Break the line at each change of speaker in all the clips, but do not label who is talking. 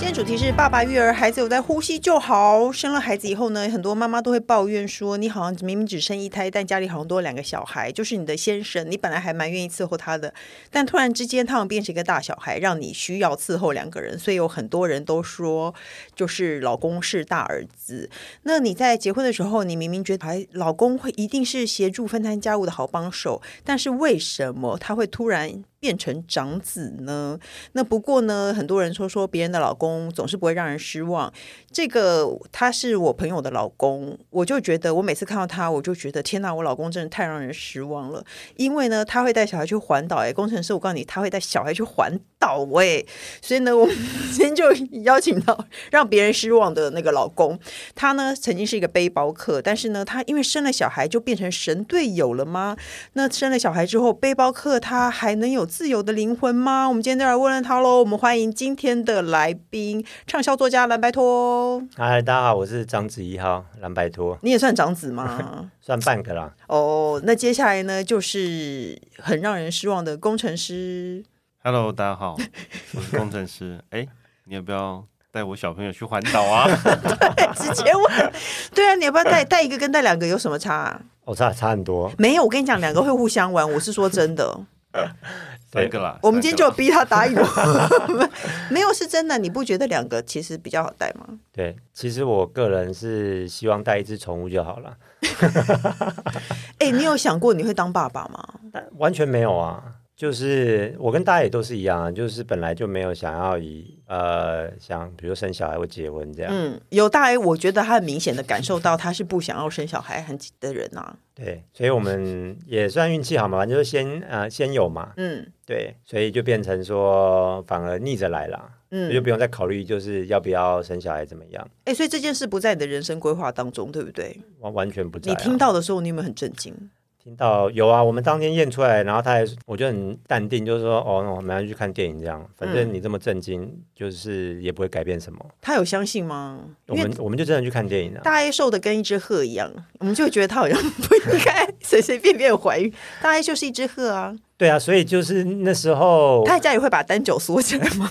今天主题是爸爸育儿，孩子有在呼吸就好。生了孩子以后呢，很多妈妈都会抱怨说，你好像明明只生一胎，但家里好像多了两个小孩，就是你的先生，你本来还蛮愿意伺候他的，但突然之间他们变成一个大小孩，让你需要伺候两个人，所以有很多人都说，就是老公是大儿子。那你在结婚的时候，你明明觉得哎，老公会一定是协助分摊家务的好帮手，但是为什么他会突然？变成长子呢？那不过呢，很多人说说别人的老公总是不会让人失望。这个他是我朋友的老公，我就觉得我每次看到他，我就觉得天哪，我老公真的太让人失望了。因为呢，他会带小孩去环岛、哎，工程师，我告诉你，他会带小孩去环岛、哎，所以呢，我们今天就 邀请到让别人失望的那个老公，他呢曾经是一个背包客，但是呢，他因为生了小孩就变成神队友了吗？那生了小孩之后，背包客他还能有自由的灵魂吗？我们今天就来问问他喽。我们欢迎今天的来宾，畅销作家蓝白托。
嗨，大家好，我是张子怡哈，蓝白托，
你也算长子 吗？
算半个啦。
哦，那接下来呢，就是很让人失望的工程师。
Hello，大家好，我是工程师。 哎、你要不要带我小朋友去环岛 啊？
哎直接问，对啊，你要不要带带一个跟带两个有什么差、啊？
哦，差差很多。
没有，我跟你讲，两个会互相玩。我是说真的，
三个啦，
我们今天就
三
有
个啦
逼他答应我们， 没有是真的。你不觉得两个其实比较好带吗？
对，其实我个人是希望带一只宠物就好了，
哎、你有想过你会当爸爸吗？
但完全没有啊。就是我跟大家也都是一样啊，就是本来就没有想要以呃想，比如生小孩或结婚这样。
嗯，有大 A，我觉得他很明显的感受到他是不想要生小孩很的人呐、啊。
对，所以我们也算运气好嘛，反正就是先呃先有嘛，
嗯
对，所以就变成说反而逆着来啦，就
嗯，
不用再考虑就是要不要生小孩怎么样，
哎、所以这件事不在你的人生规划当中，对不对？
完完全不在、
你
啊。
听到的时候，你有没有很震惊？
听到有啊，我们当天验出来，然后他还我就很淡定，就是说哦，那我们要去看电影这
嗯
样，反正你这么震惊，就是也不会改变什么。
他有相信吗？
我
因为
们我们就真的去看电影了、啊。
大 A 瘦的跟一只鹤一样，我们就会觉得他好像 不应 该随随便便怀孕。大 A 就是一只鹤啊，
对啊，所以就是那时候
他，在家里会把单脚缩起来吗？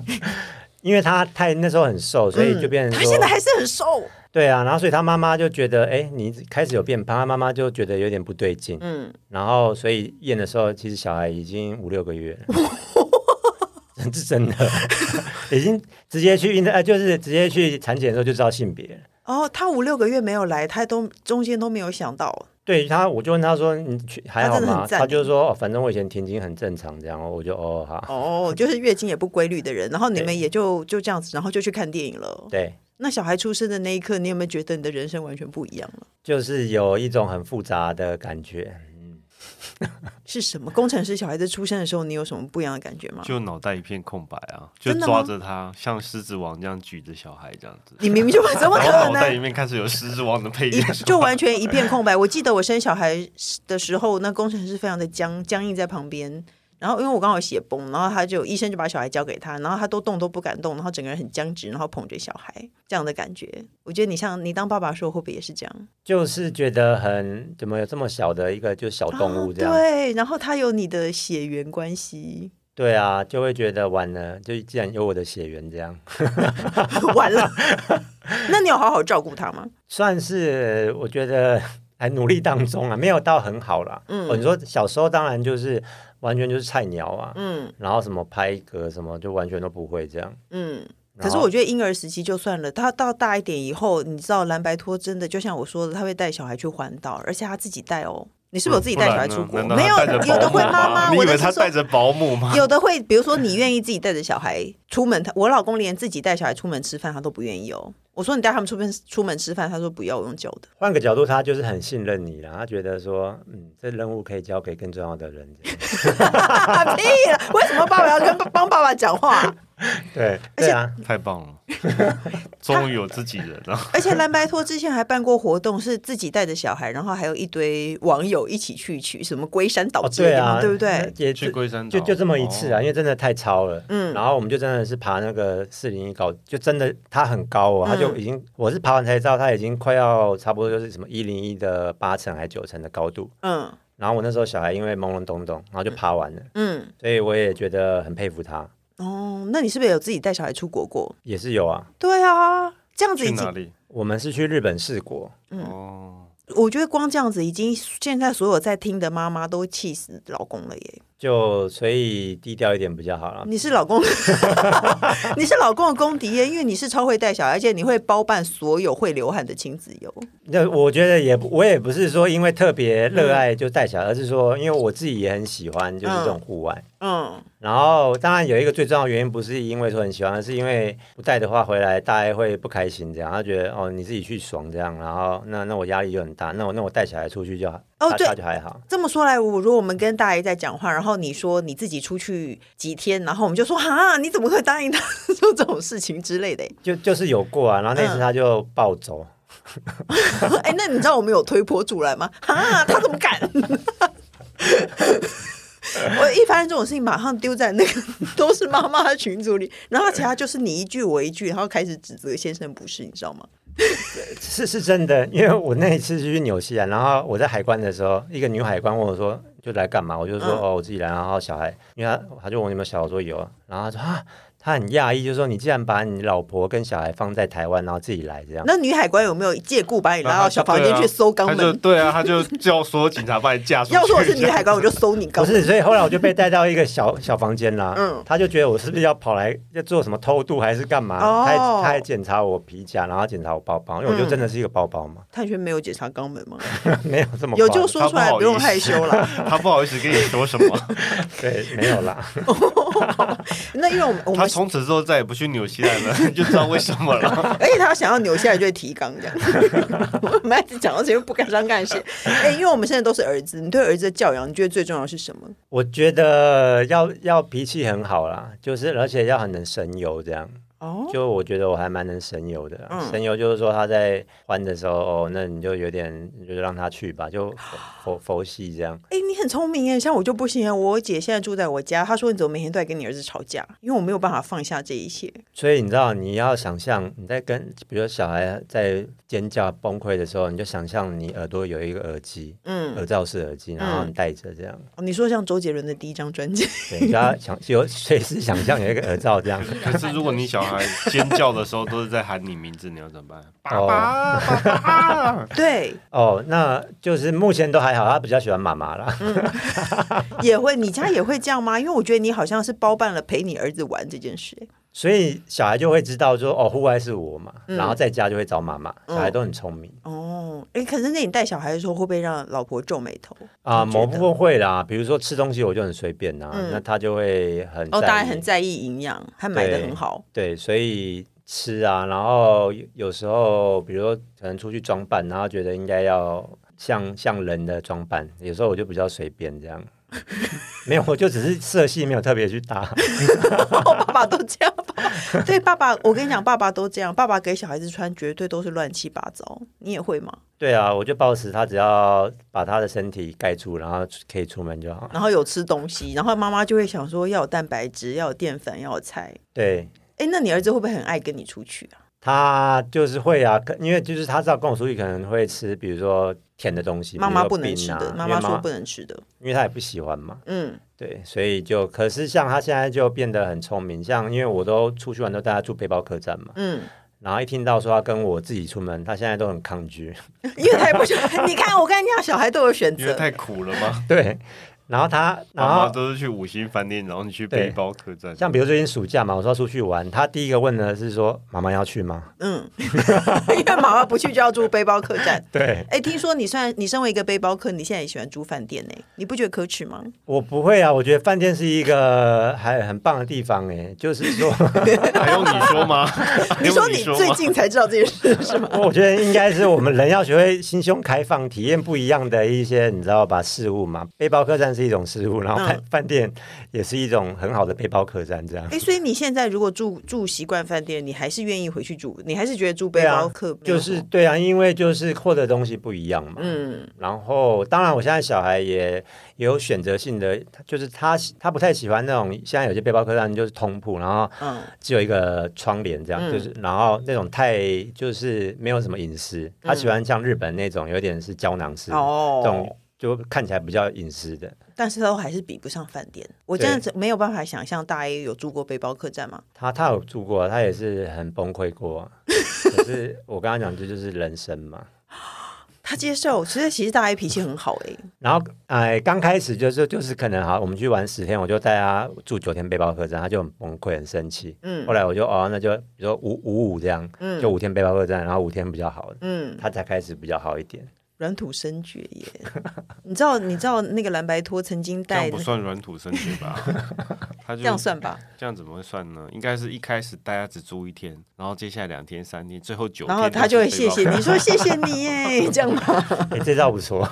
因为他太那时候很瘦，所以就变成
嗯他
说、
现在还是很瘦。
对啊，然后所以他妈妈就觉得，哎，你开始有变胖，他妈妈就觉得有点不对劲，
嗯，
然后所以验的时候，其实小孩已经五六个月 了。 这是真的， 已经直接去呃，就是直接去产检的时候就知道性别了。
哦，他五六个月没有来，他都中间都没有想到。
对他，我就问他说：“你去还
他
好
真的很
吗？”
赞欸
他就说：“哦，反正我以前停经很正常，这样。”我就哦好，
哦，就是月经也不规律的人，然后你们
对
也就就这样子，然后就去看电影了。
对，
那小孩出生的那一刻，你有没有觉得你的人生完全不一样了？
就是有一种很复杂的感觉。
是什么？工程师小孩子出生的时候，你有什么不一样的感觉吗？
就脑袋一片空白啊，就
真的吗
抓着他，像狮子王这样举着小孩这样子，
你明明就怎么
然
可
后脑袋里
能？
面开始有狮子王的配
一
乐，
就完全一片空白。我记得我生小孩的时候，那工程师非常的僵僵硬在旁边。然后因为我刚好血崩，然后他就医生就把小孩交给他，然后他都动都不敢动，然后整个人很僵直，然后捧着小孩这样的感觉。我觉得你像你当爸爸的时候，会不会也是这样？
就是觉得很怎么有这么小的一个就小动物这样，
啊对，然后他有你的血缘关系，
对啊，就会觉得完了，就既然有我的血缘这样，
完了。 那你有好好照顾他吗？
算是我觉得还努力当中啊，没有到很好啦。
嗯
哦，你说小时候当然就是完全就是菜鸟啊，
嗯
然后什么拍嗝什么就完全都不会这样。
嗯。
然
可
后
是我觉得婴儿时期就算了，他到大一点以后，你知道蓝白托真的就像我说的，他会带小孩去环岛，而且他自己带哦。你是不是有自己带小孩出国？
嗯不然呢
没有，
难道他带着
有的
保姆
会妈
吗
妈，
你
我
以
的
为
是
他
说
带着保 姆吗？
有的会，比如说你愿意自己带着小孩出门，他我老公连自己带小孩出门吃饭他都不愿意哦。我说你带他们出门出门吃饭，他说不要，我用教的。
换个角度，他就是很信任你啦，他觉得说，嗯，这任务可以交给更重要的人。
啊屁了！为什么爸爸要跟帮爸爸讲话？
对对啊，
太棒了，终于有自己人 了。
而且蓝白拖之前还办过活动，是自己带着小孩，然后还有一堆网友一起去去什么龟山岛
哦
之类
对
的嘛，
啊，
对不对？
也
去
就
龟山岛哦
就就这么一次啊，因为真的太超了。
嗯
然后我们就真的是爬那个四零一高，就真的它很高哦，它
嗯
就已经、我是爬完才知道它已经快要差不多就是什么一零一的八层还九层的高度。
嗯
然后我那时候小孩因为懵懵懂懂，然后就爬完了，
嗯，
所以我也觉得很佩服他，
哦，那你是不是有自己带小孩出国过？
也是有啊。
对啊，这样子
去
已
哪
经，
里？
我们是去日本四国，
嗯
哦，
我觉得光这样子已经，现在所有在听的妈妈都气死老公了耶！
就所以低调一点比较好了。
你是老公，你是老公的公敌耶，因为你是超会带小孩，而且你会包办所有会流汗的亲子游。
那我觉得
嗯
也不我也不是说因为特别热爱就带小孩，而是说因为我自己也很喜欢就是这种户外。
嗯
然后当然有一个最重要的原因，不是因为说很喜欢，而是因为不带的话回来大家会不开心，这样他觉得哦你自己去爽这样，然后那那我压力就很大，那我那我带小孩出去就好，
哦
大
对
家就还好。
这么说来，我如果我们跟大姨在讲话，然后你说你自己出去几天，然后我们就说哈，你怎么会答应他 做这种事情之类的耶？
就就是有过啊，然后那
嗯
次他就暴走，
哎、那你知道我们有推波助澜吗？哈，他怎么敢？ 我一发现这种事情，马上丢在那个都是妈妈的群组里，然后其他就是你一句我一句，然后开始指责先生不是，你知道吗？
是是真的，因为我那一次去纽西兰，然后我在海关的时候，一个女海关问我说：“就来干嘛？”我就说：“
嗯
哦，我自己来。”然后小孩，因为他他就问我有没有小孩，我说有啊，然后他说啊，他很讶异，就说：“你既然把你老婆跟小孩放在台湾，然后自己来这样。”
那女海关有没有借故把你拉到小房间去搜肛
啊他就
门？
对啊，他就叫所有警察把你架出 去。
要是我是女海关，我就搜你肛
不
门。
是，所以后来我就被带到一个小小房间啦。
嗯
他就觉得我是不是要跑来要做什么偷渡还是干嘛？
哦
他还他还检查我皮夹，然后检查我包包，因为我就
嗯
真的是一个包包嘛，
探轩没有检查肛门吗？
没有这么
有
夸张
就说出来，
他不好
不
意思
用害羞啦。
他不好意思跟你说什么。
对，没有啦。
那因为我 们我
他
们，
从此之后再也不去纽西兰了， 就知道为什么了。
而且哎他想要扭下来就会提肛这样。 我们一直讲到这个不该伤感情。哎、因为我们现在都是儿子，你对儿子的教养，你觉得最重要的是什么？
我觉得要要脾气很好啦，就是而且要很能神游这样。
哦，
就我觉得我还蛮能神游的啦、
嗯
神游就是说他在欢的时候，哦，那你就有点你就让他去吧，就佛佛佛系这样。
哎、你很聪明耶，像我就不行啊。我姐现在住在我家，她说你怎么每天都在跟你儿子吵架？因为我没有办法放下这一切。
所以你知道，你要想象你在跟，比如说小孩在尖叫崩溃的时候，你就想象你耳朵有一个耳机，
嗯
耳，罩式耳机，然后你戴着这样，
哦你说像周杰伦的第一张专 辑，
对，你就要想 有随时想象有一个耳罩这样。
可是如果你小孩尖叫的时候都是在喊你名字，你要怎么办？爸
哦
爸，爸爸，
对，
哦，那就是目前都还好，他比较喜欢妈妈啦。
也会，你家也会这样吗？因为我觉得你好像是包办了陪你儿子玩这件事。
所以小孩就会知道说，哦，户外是我嘛，
嗯
然后在家就会找妈妈。小孩都很聪明
哦，哎，可是那你带小孩的时候，会不会让老婆皱眉头？
啊、
你觉
某
得
部分会啦，比如说吃东西我就很随便呐、
嗯
那他就会很
哦，
在
当然
意
很在意营养，还买的很好。
对，所以吃啊，然后有有时候比如说可能出去装扮，然后觉得应该要像像人的装扮，有时候我就比较随 便这样。没有，我就只是色系没有特别去搭。
哦， 爸爸都这样，爸爸 对爸爸，我跟你讲，爸爸都这样。爸爸给小孩子穿，绝对都是乱七八糟。你也会吗？
对啊，我就保持他只要把他的身体盖住，然后可以出门就好。
然后有吃东西，然后妈妈就会想说要有蛋白质，要有淀粉，要有菜。
对，
哎，那你儿子会不会很爱跟你出去啊？
他就是会啊，可因为就是他知道跟我出去可能会吃，比如说甜的东西，
妈妈
比如
不
说
能吃
冰啊
的，妈
因
妈
为
说不能吃的。
因为他也不喜欢嘛，
嗯，
对，所以就可是像他现在就变得很聪明，像因为我都出去玩都带他住背包客栈嘛，
嗯，
然后一听到说要跟我自己出门，他现在都很抗拒，
因为他也不想。 你看，我跟你讲，小孩都有选
因为
择。
太苦了 嘛。
对，然后他然
妈妈
后。
都是去五星饭店，然后你去
对
背包客栈。
像比如最近暑假嘛，我说要出去玩，他第一个问的是说妈妈要去吗？
嗯，因为妈妈不去就要住背包客栈。
对
哎，听说你虽然你身为一个背包客，你现在也喜欢住饭店呢，你不觉得可耻吗？
我不会啊，我觉得饭店是一个还很棒的地方哎，就是说
还用你说吗？还
你
用
说
你
你
说
最
吗？
近才知道这件事 是吗？
我觉得应该是我们人要学会心胸开放，体验不一样的一些你知道吧事物嘛。背包客栈是一种食物，然后饭、饭店也是一种很好的背包客栈，这样。
哎，所以你现在如果住住习惯饭店，你还是愿意回去住，你还是觉得住背
对啊
包客没有
就是
好
对啊，因为就是获得东西不一样嘛。
嗯
然后，当然，我现在小孩也也有选择性的，他就是他他不太喜欢那种现在有些背包客栈就是通铺，然后
嗯
只有一个窗帘这样，
嗯
就是然后那种太就是没有什么隐私，他喜欢像日本那种有点是胶囊式，这
嗯哦
种，就看起来比较隐私的。
但是都还是比不上饭店。我真的嗯没有办法想象大 A 有住过背包客栈吗？
他他有住过，他也是很崩 溃过，可是我跟他讲，这就是人生嘛。
他接受，其实其实大 A 脾气很好哎、
然后，哎，刚开始就是就是可能好，我们去玩十天，我就带他住九天背包客栈，他就很崩溃，很生气。
嗯
后来我就哦，那就比如说五五五这样，
嗯
就五天背包客栈，然后五天比较好，
嗯，
他才开始比较好 一点。
软土生绝耶！ 你知道你知道那个蓝白托曾经
这
带
样不算软土生绝 吧？他就
这样算吧，
这样怎么会算呢？应该是一开始大家只住一天，然后接下来两天、三天，最后九
然
天都
后
是背包客，
他就会谢谢你说谢谢你耶，这样吗？
哎，这招不错。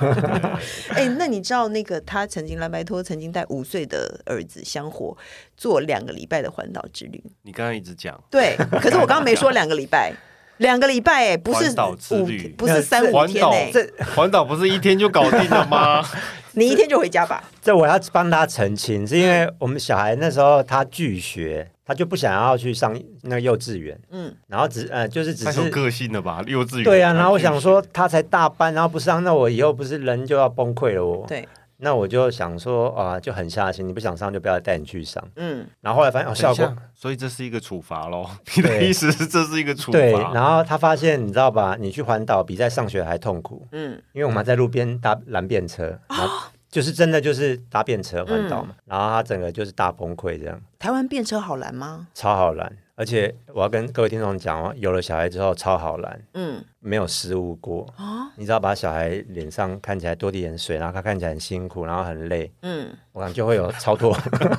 哎、那你知道那个他曾经蓝白托曾经带五岁的儿子香火做两个礼拜的环岛之旅，
你刚刚一直讲
对，可是我刚刚没说两个礼拜。两个礼拜哎、不是
环岛之
五
旅
不是三五
环
天
岛
哎、，
环岛不是一天就搞定了吗？
你一天就回家吧。
这我要帮他澄清，是因为
嗯
我们小孩那时候他拒学，他就不想要去上那个幼稚园，
嗯，
然后只呃就是只
太有
是
个性了吧，幼稚园。
对啊，然后我想说他才大班，然后不上，那我以后不是人就要崩溃了我。
对，
那我就想说啊，就狠下心，你不想上就不要带你去上。
嗯，
然后后来发现哦，
等
效
一下
果
所以这是一个处罚喽。你的
对
意思是这是一个处
对，
罚？
然后他发现你知道吧，你去环岛比在上学还痛苦，
嗯，
因为我们还在路边搭蓝便车，然后
哦
就是真的就是搭便车环岛
嗯
嘛，然后他整个就是大崩溃这样。
台湾变车好难吗？
超好玩，而且我要跟各位听众讲哦，有了小孩之后超好玩，
嗯
没有失误过。
啊，
你只要把小孩脸上看起来多滴点水，然后他看起来很辛苦，然后很累，
嗯，
我感就会有 超脱，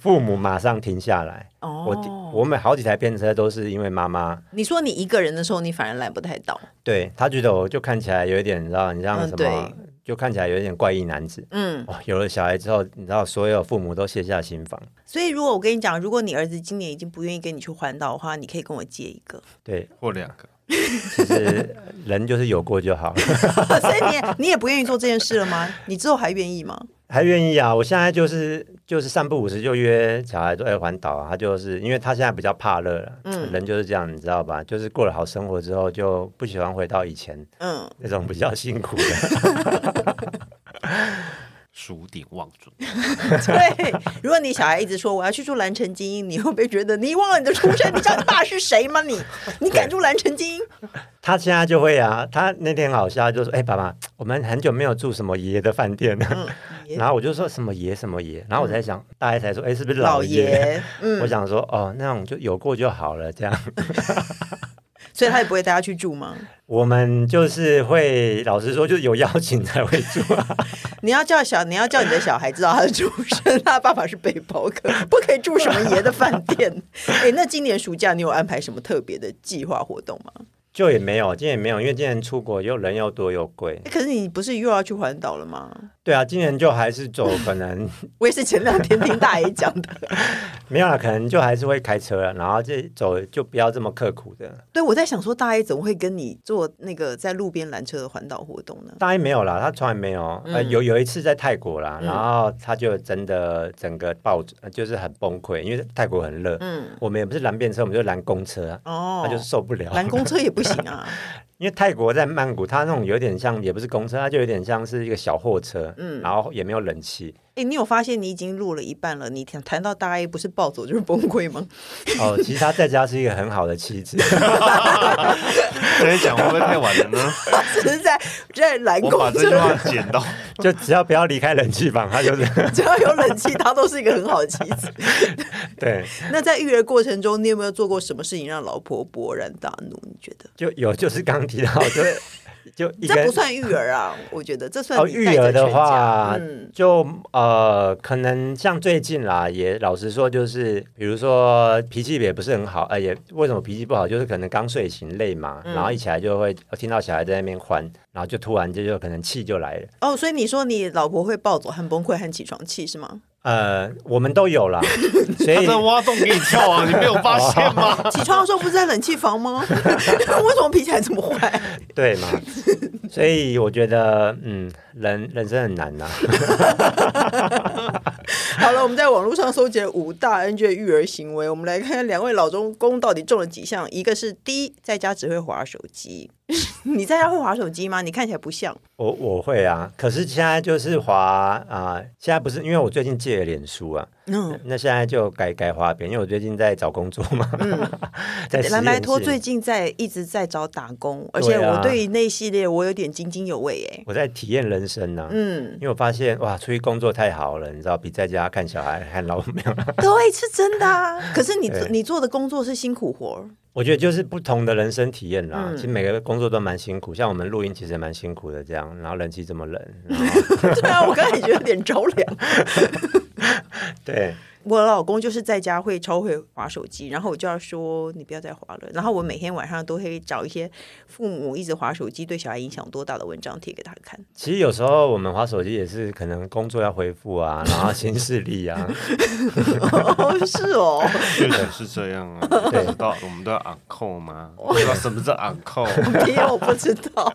父母马上停下来。
哦，
我我每好几台便车都是因为妈妈，
你说你一个人的时候，你反而揽不太到。
对她觉得我就看起来有一点，你知道，你像
嗯
什么
对，
就看起来有一点怪异男子。
嗯，
哦，有了小孩之后，你知道，所有父母都卸下心防。
所以如果我跟你讲，如果你儿子今年已经不愿意跟你去环岛的话，你可以跟我借一个。
对，
或两个，
其实人就是有过就好了。
所以你也你也不愿意做这件事了吗？你之后还愿意吗？
还愿意啊！我现在就是就是散步五十就约小孩说哎环岛啊，他就是因为他现在比较怕热了，
嗯
人就是这样，你知道吧？就是过了好生活之后，就不喜欢回到以前
嗯，
那种比较辛苦的。
数典忘祖。
对。如果你小孩一直说我要去住蓝城精英，你会不会觉得你忘了你的出身？你知道你爸是谁吗？ 你你敢住蓝城精英？
他现在就会啊，他那天很好笑，就说：“哎、爸爸，我们很久没有住什么爷的饭店了。
嗯，爷
然后我就说什么爷什么爷，然后我才想，大家才说：“哎、是不是
老
老爷？”
爷，
我
嗯，
想说：“哦，那种就有过就好了。”这样，
所以他也不会带他去住吗？
我们就是会老实说，就有邀请才会住。
你要叫小，你要叫你的小孩知道他的出身，他爸爸是背包客，不可以住什么爷的饭 店。哎、那今年暑假你有安排什么特别的计划活动吗？
就也没有，今年也没有，因为今年出国又人又多又贵。
哎诶可是你不是又要去环岛了吗？
对啊，今年就还是走，可能
我也是前两天听大爷讲 的。
没有了，可能就还是会开车了，然后这走就不要这么刻苦的。
对，我在想说大爷怎么会跟你做那个在路边拦车的环岛活动呢？
大一没有啦，他从来没有，呃，有有一次在泰国啦，
嗯
然后他就真的整个爆，呃就是很崩溃，因为泰国很热。
嗯，
我们也不是拦便车，我们就拦公车啊，
哦
他， 就是受不了。
拦公车也不行 啊。
因为泰国在曼谷，它那种有点像，也不是公车，它就有点像是一个小货车，
嗯
然后也没有冷气。
哎、你有发现你已经录了一半了？你谈谈到大 A 不是暴走就是崩溃吗？
哦，其实他在家是一个很好的妻子。
这样讲会不会太晚了呢？
只是在在拦公
我把这句
车
话，剪到，
就只要不要离开冷气房，他就是
只要有冷气，他都是一个很好的妻子。
对，
那在育儿过程中，你有没有做过什么事情让老婆勃然大怒？你觉得？
就有就是刚提到，就是就一
这
个人
不算育儿啊，我觉得这算
哦，
你
育
带着
儿的
全家
话，
嗯，
就呃，可能像最近啦，也老实说，就是比如说脾气也不是很好，呃，也为什么脾气不好，就是可能刚睡醒累嘛，
嗯
然后一起来就会呃听到小孩在那边欢，然后就突然就就可能气就来了。
哦，所以你说你老婆会暴走、很崩溃、很起床气是吗？嗯
呃，我们都 有啦，所
他
以
在挖洞给你跳啊，你没有发现 吗？
呃
起床的时候不是在冷气房吗？ 为什么脾气还这么坏？
对嘛，所以我觉得，嗯，人人生很难呐、啊
好了，我们在网络上搜集了五大 NG 的育儿行为，我们来看看两位老中公到底中了几项。一个是第一，在家只会划手机。 你在家会划手机吗？你看起来不像。
我我会啊，可是现在就是滑啊、现在不是因为我最近戒了脸书啊，
嗯
那现在就改改花边，因为我最近在找工作嘛，
嗯
在实
蓝白
验
托
室，
最近在一直在找打工，而且我对于啊那一系列我有点津津有味哎、
我在体验人生呢、
嗯，
因为我发现哇，出去工作太好了，你知道，比在家看小孩还老没有。
对，是真的啊。可是你
对
你做的工作是辛苦活儿，
我觉得就是不同的人生体验啦。
嗯
其实每个工作都蛮辛苦，像我们录音其实也蛮辛苦的，这样，然后人气这么冷， 然后
对啊，我刚才也觉得有点着凉。
对，
我老公就是在家会超会划手机，然后我就要说你不要再划了。然后我每天晚上都会找一些父母一直划手机对小孩影响多大的文章贴给他看。
其实有时候我们滑手机也是可能工作要回复啊，然后新势力啊，
哦，是哦，
确实是这样啊，你不知道我们都要 on call 吗？不知道什么叫 on call？
因为我哦不知道。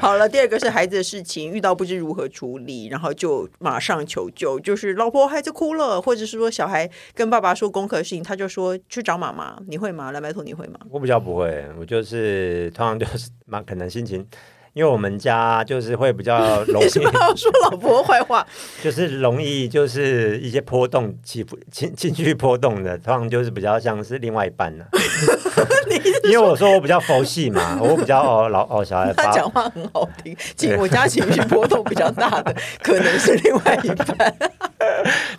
好了，第二个是孩子的事情，遇到不知如何处理，然后就马上求救，就是老婆孩子哭了，或者是说小孩跟爸爸说功课的事情，他就说去找妈妈，你会吗？蓝白头你会吗？
我比较不会，我就是通常就是蛮可能心情，因为我们家就是会比较容易
你，是不是要说老婆坏话？
就是容易就是一些波动起伏情情绪波动的，通常就是比较像是另外一半 呢、因为我说我比较佛系嘛，我比较哦老哦小 孩
他
发
讲话很好 听，情我家情绪波动比较大的，可能是另外一半，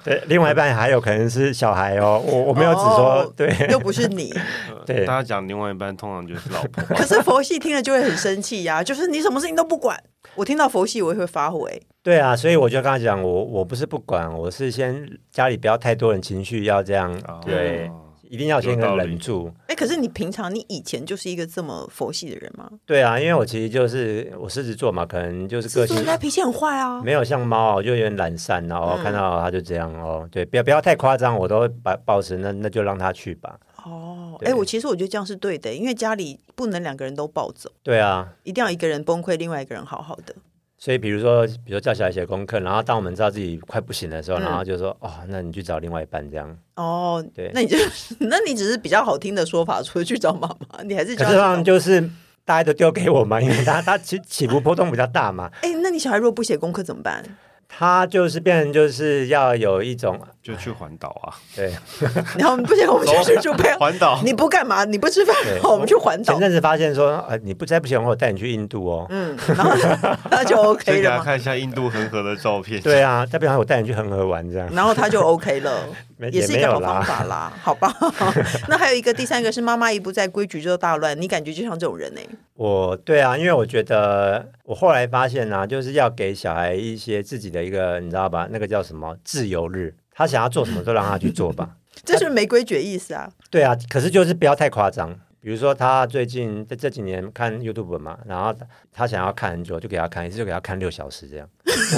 对，另外一半还有可能是小孩哦，我我没有只说、
哦
对
又不是 你。
对
大家讲另外一半通常就是老婆，
可是佛系听了就会很生气呀、就是你什么事情都不管。我听到佛系，我也会发火。欸
对啊，所以我就跟他讲，我我不是不管，我是先家里不要太多人情绪要这样
哦，
对，一定要先
有道理
忍住。
哎，可是你平常你以前就是一个这么佛系的人吗？
对啊，因为
嗯
我其实就是我狮子座嘛，可能就是个
是
性
人家脾气很坏啊。
没有像猫，哦就有点懒散，然后
嗯
看到它就这样哦。对，不要不要太夸张，我都会把保持那那就让它去吧。
哦，
对
哎，我其实我觉得这样是对的，因为家里不能两个人都暴走，
对啊，
一定要一个人崩溃，另外一个人好好的。
所以比如说，比如说叫小孩写功课，然后当我们知道自己快不行的时候，
嗯
然后就说哦，那你去找另外一半这样。
哦，
对
那你就是 那你只是比较好听的说法，除了去找妈妈，你还是
可
叫他
是
去
他
找
们就是大家都丢给我嘛，因为他他起起伏波动比较大嘛，
哎、那你小孩如果不写功课怎么办？
他就是变成就是要有一种
就去环岛 啊，
对。
然后你不写，我们就去就陪。
环岛。
你不干嘛？你不吃饭
对，
好 我们去环岛
前。阵子发现说，呃，你不再不行，我带你去印度哦。
嗯，然后 他 就 OK
先给大
了
家
嘛，
看一下印度恒河的 照片。
对啊，再不然我带你去恒河玩这样。
然后他就 OK 了，
没
也
也
是一个
没有
好
啦
方法啦， 好吧？ 那还有一个第三个是妈妈一不在，规矩就大乱，你感觉就像这种人呢、欸
我对啊，因为我觉得我后来发现啊，就是要给小孩一些自己的一个，你知道吧？那个叫什么自由日，他想要做什么都让他去做 吧。
这就是没规矩的意思啊。
对啊，可是就是不要太夸张。比如说他最近这这几年看 YouTube 嘛，然后他想要看很久，就给他看一次，就给他看六小 时这样，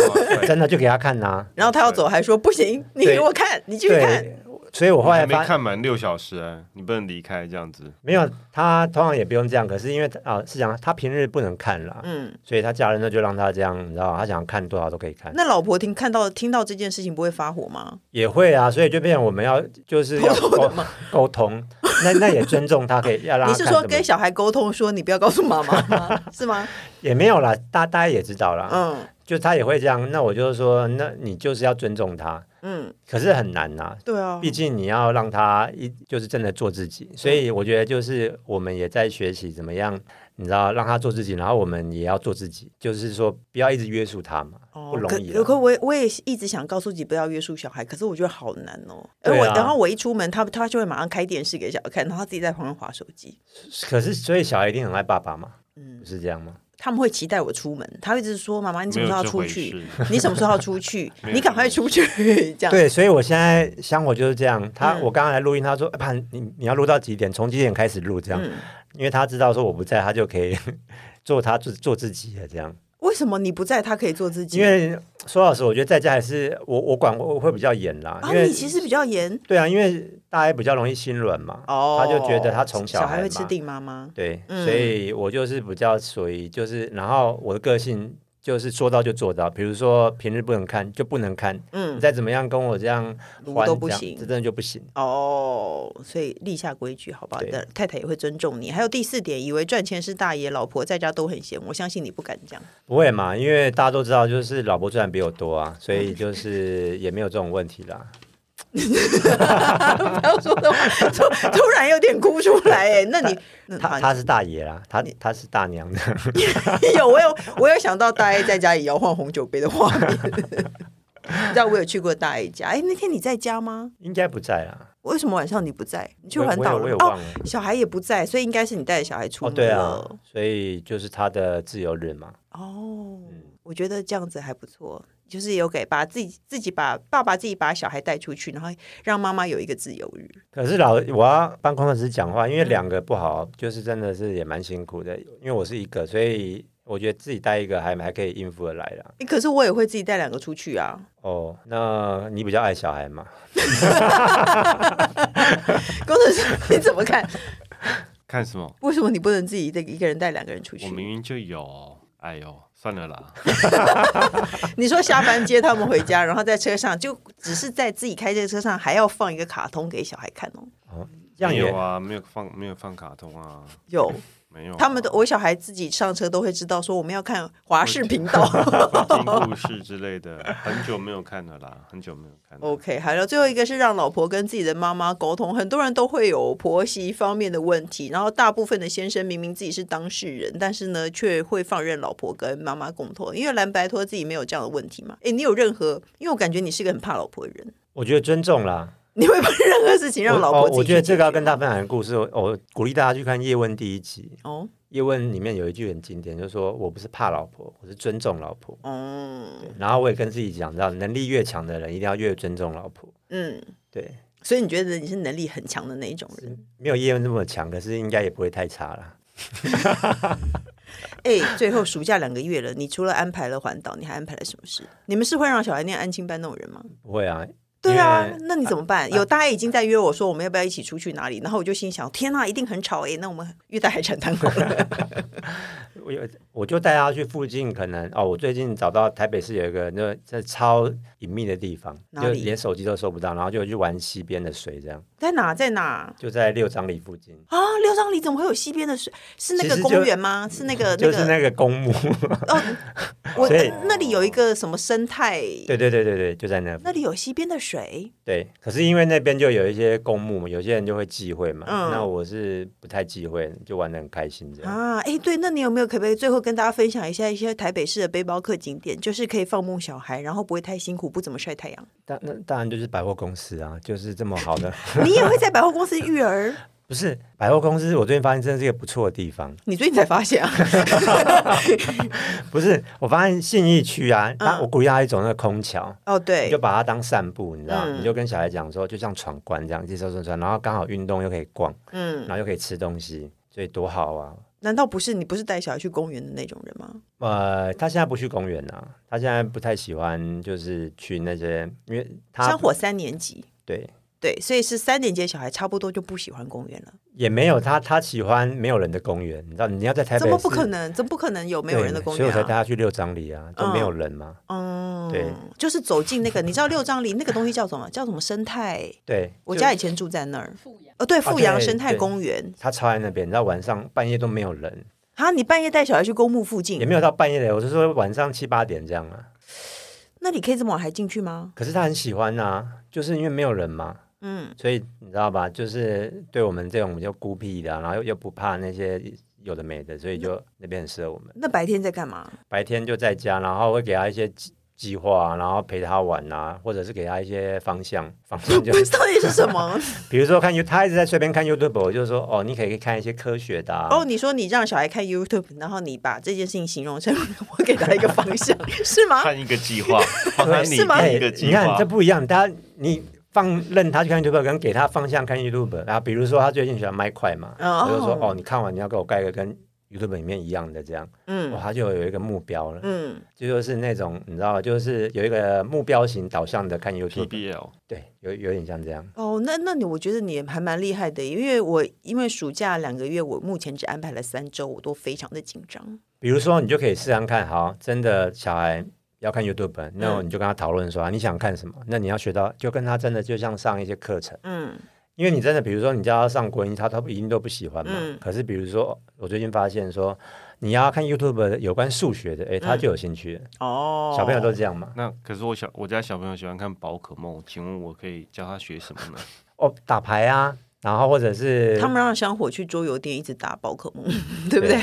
哇，
真的就给他看呐、
然后他要走，还说不行，你给我看，你继续看。
对，所以我后
我
来
还没
发
看满六小时哎，你不能离开这样子。
没有他通常也不用这样，可是因为他啊是讲他平日不能看啦，
嗯，
所以他家人那就让他这样，你知道，他想看多少都可以看。
那老婆听看到听到这件事情不会发火吗？
也会啊，所以就变成我们要就是要
偷偷
沟沟通，那那也尊重他，可以要让
你
他
是
哦看
说
什么
跟小孩沟通说你不要告诉妈妈吗？是 吗？
也没有啦，大大家也知道啦，
嗯
就他也会这样，那我就说，那你就是要尊重他，
嗯，
可是很难呐、
对啊。
毕竟你要让他一就是真的做自己，所以我觉得就是我们也在学习怎么样，你知道让他做自己，然后我们也要做自己，就是说不要一直约束他嘛，不容易
哦
啊
可
啦。
可我也我也一直想告诉自己不要约束小孩，可是我觉得好难哦。而
对啊
我、然后我一出门，他他就会马上开电视给小孩看，然后他自己在旁边划手机。
可是所以小孩一定很爱爸爸嘛，
嗯
不，是这样吗？
他们会期待我出门，他会一直说：“妈妈，你什
没
么
有
时候要
这
出
回
去？
事。
你什么时候要出 去？
没有
你赶快出去！”这样
对，所以我现在想我就是这样。他、
嗯
我刚才录音，他说：“潘、你你要录到几点？从几点开始录？”这样，
嗯
因为他知道说我不在，他就可以 做他自做自己的这样。
为什么你不在，他可以做自己？
因为说老实，我觉得在家还是我我管我会比较严啦，
啊
因，为
你其实比较严
对啊，因为大家比较容易心软嘛，
哦，
他就觉得他从
小
孩
会
嘛，
吃定妈妈，
对，
嗯
所以我就是比较属于就是，然后我的个性就是说到就做到，比如说平日不能看就不能看，你
嗯，
再怎么样跟我这样
撸
还
都不
这样
行
这真的就不行。
哦，所以立下规矩，好吧？
对
但太太也会尊重你。还有第四点，以为赚钱是大爷，老婆在家都很闲，我相信你不敢 这样。
不会嘛，因为大家都知道，就是老婆赚得比我多啊，所以就是也没有这种问题啦。
不要说的话，突突然有点哭出来哎。那你那
她
啊
她是大爷啦，她她是大娘的。
有，我有，我有想到大 A 在家里摇晃红酒杯的画面。 你知道我有去过大 A 家，哎，那天你在家吗？
应该不在啦，
为什么晚上你不在？你去
我
环岛
我也
了
我也
哦
忘了，
小孩也不在，所以应该是你带着小孩出
哦，
门
对
了。
啊，所以就是他的自由日嘛。
哦，
嗯
我觉得这样子还不错，就是有给把自己自己把爸爸自己把小孩带出去，然后让妈妈有一个自由日。
可是老我要帮工程师讲话，因为两个不好，就是真的是也蛮辛苦的。因为我是一个，所以我觉得自己带一个还还可以应付得来啦。
诶可是我也会自己带两个出去啊。
哦，那你比较爱小孩嘛？
工程师你怎么看？
看 什么？
为什么你不能自己一个一个人带两个人出去
我？明明就有。哎呦，算了啦，
你说下班接他们回家，然后在车上就只是在自己开这车上还要放一个卡通给小孩看哦。
这样
没
也
有啊，没有放没有放卡通啊，
有，
没有啊、
他们的 我小孩自己上车都会知道，说我们要看华视频 道。
听故事之类的，很久没有看了啦，很久没有看了。
OK，还有最后一个是让老婆跟自己的妈妈沟通，很多人都会有婆媳方面的问题，然后大部分的先生明明自己是当事人，但是呢却会放任老婆跟妈妈共同，因为蓝白托自己没有这样的问题嘛。诶，你有任何？因为我感觉你是个很怕老婆的人，
我觉得尊重啦。
你会把 任何事情让
我
老婆
哦
自己啊
我觉得这个要跟
他
大家分享的故事，我我鼓励大家去看《叶问》第一集。
哦
叶问里面有一句很经典，就是说我不是怕老婆，我是尊重老婆。
嗯
然后我也跟自己讲到，能力越强的人一定要越尊重老婆。
嗯，
对，
所以你觉得你是能力很强的那一种人？
没有叶问那么强，可是应该也不会太差啦。
诶，最后暑假两个月了，你除了安排了环岛，你还安排了什么事？你们是会让小孩念安亲班那种人吗？
不会啊，
对啊
因为，
那你怎么办？有大家已经在约我说我们要不要一起出去哪里，然后我就心想：天啊，一定很吵诶、那我们约在海产摊好 了。
我有我就带他去附近，可能哦，我最近找到台北市有一个那这超隐秘的地方，
哪
就
里
连手机都收不到，然后就去玩溪边的水，这样
在哪？在哪？
就在六张里附近，
啊，六张里怎么会有西边的水？是那
其
个
实
公
就
园吗？是呃那个
就是
个
那个公墓，
哦，我
所以
那里有一个什么生态？
对对对对对，就在那
那里有西边的水，
对，可是因为那边就有一些公墓嘛，有些人就会忌讳嘛，
嗯
那我是不太忌讳，就玩的很开心这样。
啊，哎，对，那你有没有可不可以最后跟大家分享一下一些台北市的背包客景点，就是可以放牧小孩，然后不会太辛苦，不怎么晒太阳？
当那当然就是百货公司啊，就是这么好的，
你也会在百货公司育儿？
不是百货公司，我最近发现真的是一个不错的地方。
你最近才发现啊？
不是，我发现信义区啊，他、我鼓励他一种那个空桥，
哦，嗯
你
对
就，把它当散步，你知道，
嗯
你就跟小孩讲说，就像闯关这样，一直走走走，然后刚好运动又可以逛，
嗯。
然后又可以吃东西，所以多好啊！
难道不是你不是带小孩去公园的那种人吗？
呃，他现在不去公园了、啊，他现在不太喜欢，就是去那些，因为他
像我三年级，
对
对，所以是三年级的小孩差不多就不喜欢公园了。
也没有他，他喜欢没有人的公园，你知道，你要在台
嗯
北
怎么不可
市
能？怎么不可能有没有
哎对
人的公
所以
园
我才带
啊？
他去六张里啊，都没有人嘛，
嗯，
对，
就是走进那个，你知道六张 里那个东西叫什么？叫什么生态？
对，
我
就
家以前住在那儿，
富养。
哦，对，
啊
富阳
对
生态
对
公园。
他超爱那边，你知道晚上半夜都没有人，
啊，你半夜带小孩去公墓附
也
近，
没有到半夜的，我是说晚上七八点这样啊。
那你可以这么晚还进去吗？
可是他很喜欢啊，就是因为没有人嘛，
嗯，
所以你知道吧？就是对我们这种就孤僻的啊、然后又又不怕那些有
嗯
的没的，所以就那边很适合我们。
那白天在干嘛？
白天就在家，然后会给他一些计划啊，然后陪他玩啊，或者是给他一些方向，方向就是
到底是什 么？
比如说看 You，他一直在随便看 YouTube，我就说哦，你可以看一些科学的、啊。
哦，你说你让小孩看 YouTube，然后你把这件事情形容成 我给他一个方 向，是吗？
看一个计 划，帮他拟
是吗
定一
哎
个
你
计
看
划
这。不一样，他你放任他去看 YouTube，跟给他方向看 YouTube，然后比如说他最近喜欢麦块嘛，
哦
我就说哦，你看完你要给我盖一个跟 YouTube 里面一样的这样，哇，
嗯
他就有一个目标了，
嗯，
这就是那种你知道吗？就是有一个目标型导向的看 YouTube，
PBL
对，有有点像这样。
哦，那那你我觉得你还蛮厉害的，因为我因为暑假两个月，我目前只安排了三周，我都非常的紧张。
比如说，你就可以试试看，好，真的小孩要看 YouTube，那
嗯
你就跟他讨论说、啊你想看什么，那你要学到，就跟他真的就像上一些课程，
嗯
因为你真的，比如说你叫他上国音，他他一定都不喜欢嘛。
嗯
可是比如说，我最近发现说，你要看 YouTube 有关数学的，哎，他就有兴趣了、
哦，
小朋友都这样嘛。
那可是我小我家小朋友喜欢看宝可梦，请问我可以教他学什么呢？
哦，打牌啊，然后或者是
他们让香火去桌游店一直打宝可梦， 对不对？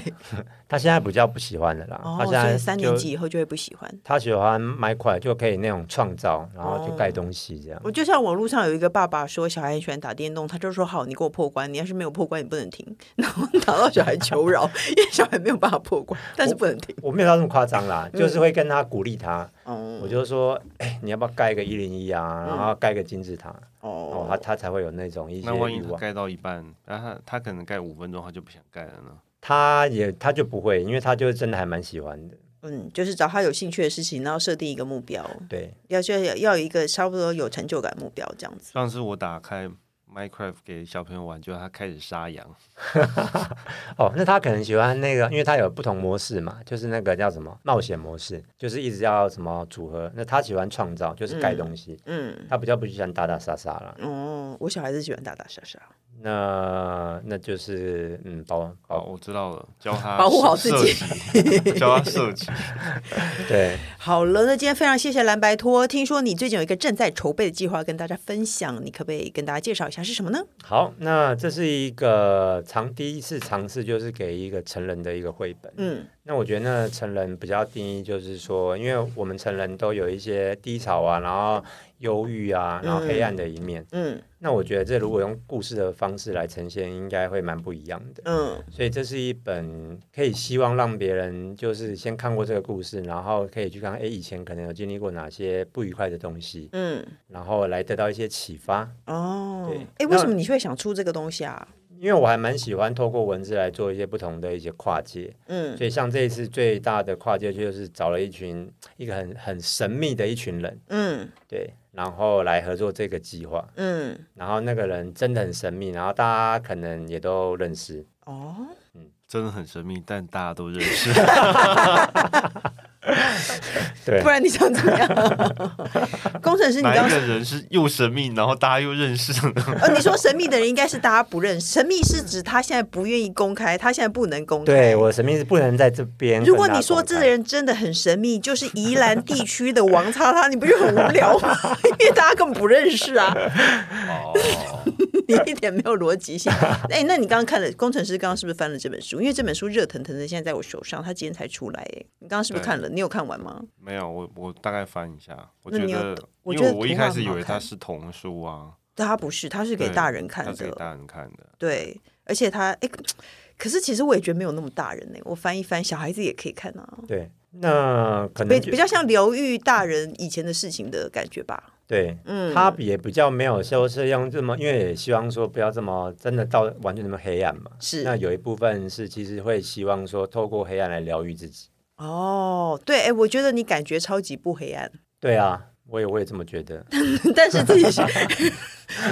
他现在比较不喜欢的啦，
哦
他，现
所
在
以三年
就
级以后就会不喜欢。
他喜欢买块就可以那种创造，然后
哦
就盖东西这样。
我就像网络上有一个爸爸说，小孩很喜欢打电动，他就说好，你给我破关，你要是没有破关，你不能停。 然后打到小孩求饶，因为小孩没有办法破关，但是不能停。
我没有到那么夸张啦，
嗯
就是会跟他鼓励他，
哦
我就说，哎、你要不要盖一个一零一啊，然后盖个金字塔，哦，他
哦，
他才会有那种一些
那万一
欲
他
望。
盖到一半，那他他可能盖五分钟他就不想盖了呢？
他也他就不会，因为他就真的还蛮喜欢的，
嗯，就是找他有兴趣的事情，然后设定一个目标，
对，
要就要要有一个差不多有成就感目标这样子。
上次我打开 Minecraft 给小朋友玩，就他开始杀羊，
哦，那他可能喜欢那个，因为他有不同模式嘛，就是那个叫什么冒险模式，就是一直要什么组合，那他喜欢创造，就是盖东西，
嗯，
他比较不喜欢打打杀杀啦。
哦，我小孩子喜欢打打杀杀，
那那就是嗯，保
好，
保
我知道了，教他
保护好自
射
己
击， 教他射击。
对，
好了，那今天非常谢谢蓝白托。听说你最近有一个正在筹备的计划跟大家分享，你可不可以跟大家介绍一下是什么呢？
好，那这是一个尝第一次尝试，就是给一个成人的一个绘本。
嗯
那我觉得那成人比较定义就是说，因为我们成人都有一些低潮啊，然后忧郁啊，然后黑暗的一面。
嗯
那我觉得这如果用故事的方式来呈现，应该会蛮不一样的。
嗯
所以这是一本可以希望让别人就是先看过这个故事，然后可以去看，诶，以前可能有经历过哪些不愉快的东西，
嗯，
然后来得到一些启发。
哦
对，
哎，为
那
什么你会想出这个东西啊？
因为我还蛮喜欢透过文字来做一些不同的一些跨界，
嗯
所以像这一次最大的跨界就是找了一群一个很很神秘的一群人，
嗯
对，然后来合作这个计划，
嗯，
然后那个人真的很神秘，然后大家可能也都认识，
哦，
真的很神秘，但大家都认识。
对
不。然你想怎么样？ 工程师， 你
哪
刚
一个人是又神秘，然后大家又认识呢？
呃，你说神秘的人应该是大家不认识，神秘是指他现在不愿意公开，他现在不能公开。
对我神秘是不能在这边。
如果你说这个，人真的很神秘，就是宜兰地区的王叉叉，你不就很无聊吗？ 因为大家根本不认识啊，
哦，
你一点没有逻辑性。哎，那你刚刚看了工程师刚刚是不是翻了这本书？因为这本书热腾腾的，现在在我手上，它今天才出来。哎，你刚刚是不是
对
看了？你有看完吗？
没有，我我大概翻一下，我
那
觉
你有
得，
我
因
觉
为
得
我一
图画
开始
很
以
好
为它
看
是童书啊，
但它不是，它是给
对
大人看
它
的。
是给大人看的。
对，而且他哎，可是其实我也觉得没有那么大人呢、我翻一翻，小孩子也可以看啊，
对，那可
比
能就
比较像疗愈大人以前的事情的感觉吧。
对，
嗯，
他也比较没有说是用这么，因为也希望说不要这么真的到完全那么黑暗嘛。
是
那有一部分是其实会希望说透过黑暗来疗愈自己。
哦，对，哎，我觉得你感觉超级不黑暗，
对啊，我也我也这么觉得。
但是自己 是。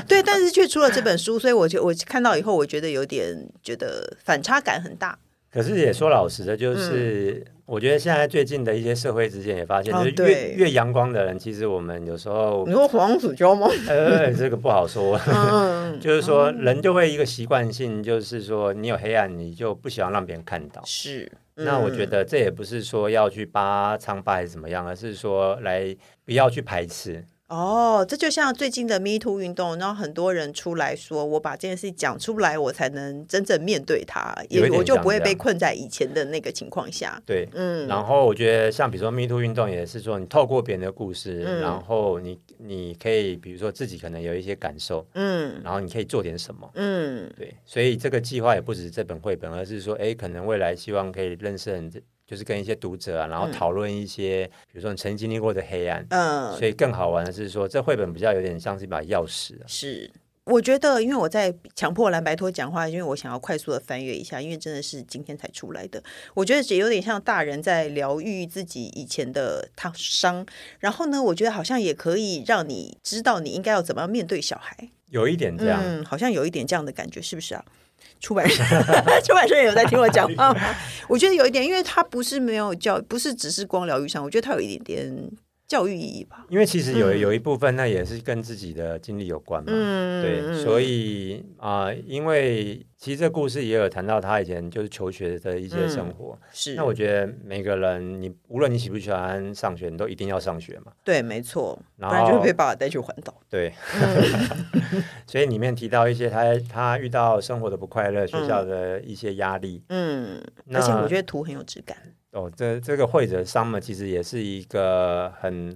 对，但是却出了这本书，所以我就我看到以后，我觉得有点觉得反差感很大。
可是也说老实的，
嗯
就是、我觉得现在最近的一些社会之间也发现，
哦
就是
对
越、越阳光的人，其实我们有 时候
你说黄子佼吗？
呃这个不好说，
嗯，
就是说人就会一个习惯性，就是说你有黑暗，你就不喜欢让别人看到。
是。
那我觉
嗯
得这也不是说要去扒疮疤还是怎么样，而是说来不要去排斥，
哦，这就像最近的 Me Too 运动，然后很多人出来说，我把这件事讲出来，我才能真正面对它，
有
也
一点
我就
像
不会
这
被
样
困在以前的那个情况下。
对，
嗯，
然后我觉得像比如说 Me Too 运动也是说，你透过别人的故事，
嗯
然后你你可以比如说自己可能有一些感受，
嗯
然后你可以做点什么。
嗯
对，所以这个计划也不只是这本绘本，而是说，哎，可能未来希望可以认识很，就是跟一些读者啊，然后
嗯
讨论一些，比如说你曾经历过的黑暗。
嗯，
所以更好玩的是说，这绘本比较有点像是一把钥匙啊、
是，我觉得，因为我在强迫蓝白托讲话，因为我想要快速的翻阅一下，因为真的是今天才出来的。我觉得也有点像大人在疗愈自己以前的烫伤，然后呢，我觉得好像也可以让你知道你应该要怎么样面对小孩。
有一点这样。
嗯，好像有一点这样的感觉，是不 是啊？出版社，出版社也有在听我讲话吗？啊我觉得有一点，因为它不是没有教，不是只是光疗愈上，我觉得它有一点点教育意义吧。
因为其实有
嗯
有一部分那也是跟自己的经历有关嘛，
嗯
对，所以啊、因为其实这故事也有谈到他以前就是求学的一些
嗯
生活。
是，
那我觉得每个人，你无论你喜不喜欢上学，你都一定要上学嘛。
对，没错，不
然
然就会
后
被爸爸带去环岛。
对，
嗯
所以里面提到一些他他遇到生活的不快乐，学校的一些压力。
嗯，
那
而且我觉得图很有质感。
哦，这这个绘者 Summer 其实也是一个很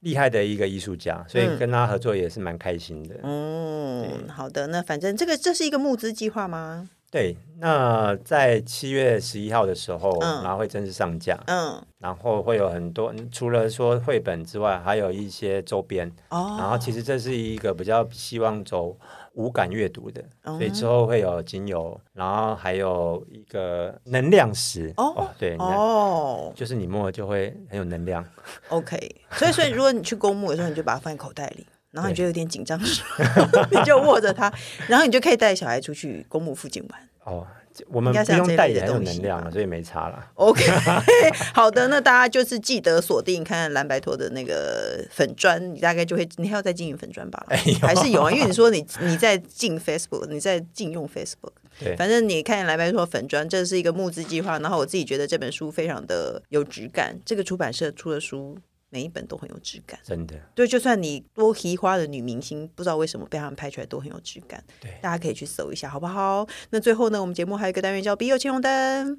厉害的一个艺术家，所以
嗯
跟他合作也是蛮开心的。
嗯，好的，那反正这个这是一个募资计划吗？
对，那在七月十一号的时候，
嗯
然后会正式上架，
嗯，
然后会有很多嗯除了说绘本之外，还有一些周边。然后
哦，
其实这是一个比较希望走无感阅读的，所以
嗯
之后会有精油，然后还有一个能量石。
哦
对，你看
哦
就是你摸了就会很有能量。
，OK，所以所以如果你去公墓的时候，你就把它放在口袋里。然后你就有点紧张的时候， 你就握着它，然后你就可以带小孩出去公墓附近玩。
哦，这我们
应该
不
是要这
用
一
带
类
也
的
很有
东
能
西
量啊
吧
了，所以没差啦。
OK，好的，那大家就是记得锁定看蓝白托的那个粉砖，你大概就会，你还要再经营粉砖吧？
哎呦
还是有啊，因为你说你你在进 Facebook，你在禁用 Facebook，
对
反正你看蓝白托粉砖，这是一个募资计划，然后我自己觉得这本书非常的有质感，这个出版社出的书。每一本都很有质感，
真的，
对，就算你多提花的女明星，不知道为什么被他们拍出来都很有质感，
对
大家可以去搜一下，好不好？那最后呢，我们节目还有一个单元叫“笔友青龙灯”，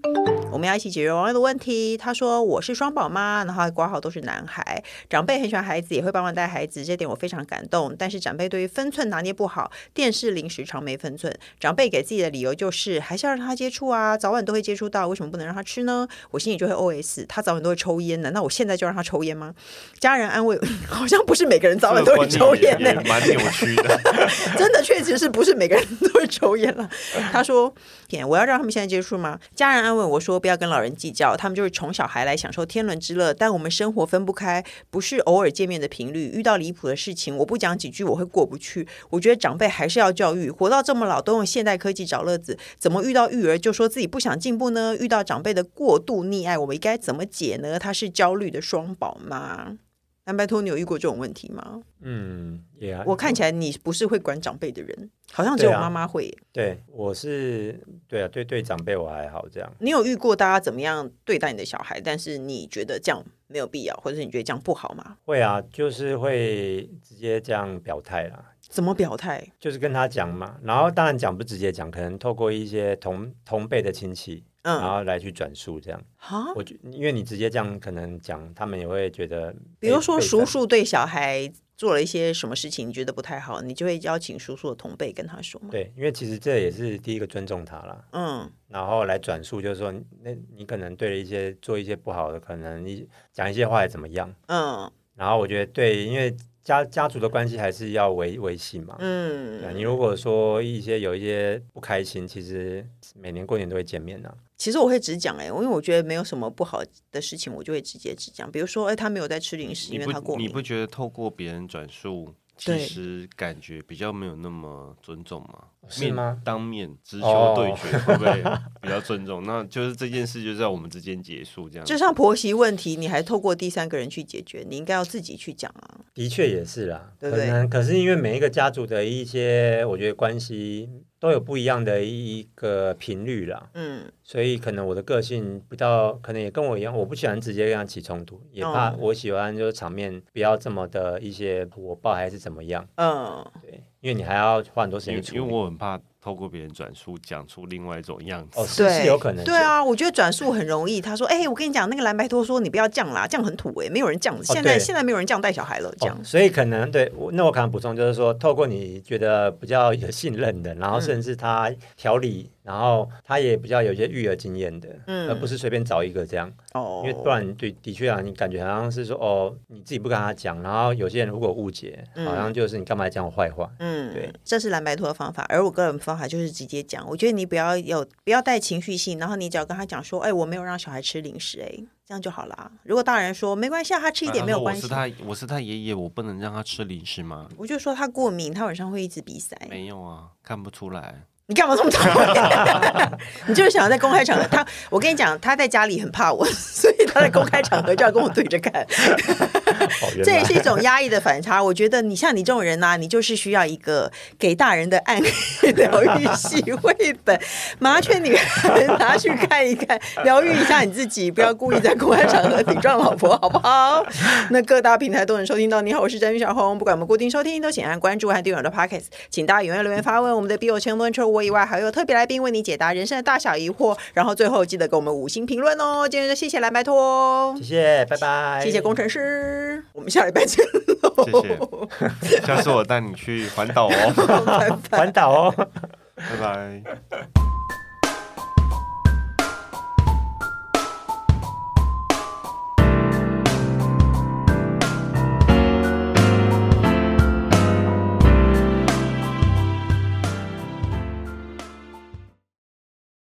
我们要一起解决网友的问题。他说我是双宝妈，然后挂号都是男孩，长辈很喜欢孩子，也会帮忙带孩子，这点我非常感动。但是长辈对于分寸拿捏不好，电视零食常没分寸。长辈给自己的理由就是还是要让他接触啊，早晚都会接触到，为什么不能让他吃呢？我心里就会 OS：他早晚都会抽烟，难道我现在就让他抽烟吗？家人安慰，好像不是每个人早晚都会
这个
抽
观
烟
念
呢、
也也蛮扭曲的。
真的确实是不是每个人都会抽烟了。他说：“天，我要让他们现在接触吗？”家人安慰我说：“不要跟老人计较，他们就是宠小孩来享受天伦之乐，但我们生活分不开，不是偶尔见面的频率。遇到离谱的事情，我不讲几句我会过不去。我觉得长辈还是要教育，活到这么老都用现代科技找乐子，怎么遇到育儿就说自己不想进步呢？遇到长辈的过度溺爱，我们应该怎么解呢？他是焦虑的双宝妈。安拜托，你有遇过这种问题吗？
嗯，也、
我看起来你不是会管长辈的人，好像只有
对啊
妈妈会耶。
对，我是对啊，对对长辈我还好这样。
你有遇过大家怎么样对待你的小孩，但是你觉得这样没有必要，或者是你觉得这样不好吗？
会啊，就是会直接这样表态啦，
怎么表态？
就是跟他讲嘛。然后当然讲不直接讲，可能透过一些同同辈的亲戚，然
嗯，
后来去转述这样。
啊，
我觉因为你直接这样可能讲，他们也会觉得
比
被，
如说
被
叔
赞
叔对小孩做了一些什么事情，你觉得不太好，你就会邀请叔叔的同辈跟他说嘛。
对，因为其实这也是第一个尊重他啦。
嗯
然后来转述，就是说，那你可能对了一些做一些不好的，可能你讲一些话也怎么样。
嗯
然后我觉得对，因为家家族的关系还是要维维系嘛。对啊
嗯，
你如果说一些有一些不开心，其实每年过年都会见面呐、
其实我会直讲哎、因为我觉得没有什么不好的事情，我就会直接直讲。比如说，哎、他没有在吃零食，
你
因为他
不
过
你
敏。
不觉得透过别人转述，
对
其实感觉比较没有那么尊重吗？
是
面
吗？
当面直
哦
球对决会不会比较尊重？那就是这件事就在我们之间结束这样。
就像婆媳问题，你还透过第三个人去解决，你应该要自己去讲啊。
的确也是啦，
对不对
可能可是因为每一个家族的一些，我觉得关系都有不一样的一个频率啦，
嗯，
所以可能我的个性比较，可能也跟我一样，我不喜欢直接跟他起冲突，也怕
哦
我喜欢就是场面不要这么的一些火爆还是怎么样，
嗯，
对，因为你还要花很多时间
因为
处
因为
理。哦
我很怕透过别人转述讲出另外一种样子。
哦，是
对，
是有可能，
对，啊，我觉得转述很容易。他说：“哎、我跟你讲，那个蓝白拖说你不要这样啦，这样很土哎、没有人这样。现在、
哦对
现在没有人这样带小孩了，这样
哦、。所以可能对我，那我可能补充就是说，透过你觉得比较有信任的，然后
嗯
甚至他调理，然后他也比较有一些育儿经验的，
嗯
而呃不是随便找一个这样，
哦，
因为不然对的确啊，你感觉好像是说哦，你自己不跟他讲，然后有些人如果误解，
嗯
好像就是你干嘛讲我坏话？
嗯，
对，
这是蓝白托的方法，而我个人方法就是直接讲。我觉得你不要有不要带情绪性，然后你只要跟他讲说，哎，我没有让小孩吃零食，哎，这样就好啦。如果大人说没关系，啊，他吃一点
他
没有
说
关
我
系
是，他，我是他爷爷，我不能让他吃零食吗？
我就说他过敏，他晚上会一直鼻塞。
没有啊，看不出来。
你干嘛这么讨厌？ 你就是想要在公开场合，他我跟你讲，他在家里很怕我， 所以他在公开场合就要跟我对着干。
哦，原
这也
来
是一种压抑的反 差。我觉得你像你这种人呐、你就是需要一个给大人的暗黑疗愈系绘本，麻雀女孩拿去看一看，疗愈一下你自己，不要故意在公开场合顶撞老婆，好不好？那各大平台都能收听到。你好，我是詹玉小红。不管我们固定收听，都请按关注和订阅我的 Podcast。请大家踊跃留言发问。我们的笔友圈问除了我以外，还有特别来宾为你解答人生的大小疑惑。然后最后记得给我们五星评论哦。今天就谢谢蓝白托哦。
谢谢，拜拜，
谢谢工程师，我们下礼拜见喽。
谢谢下次我带你去环岛哦，
拜拜。
环岛哦。
拜拜。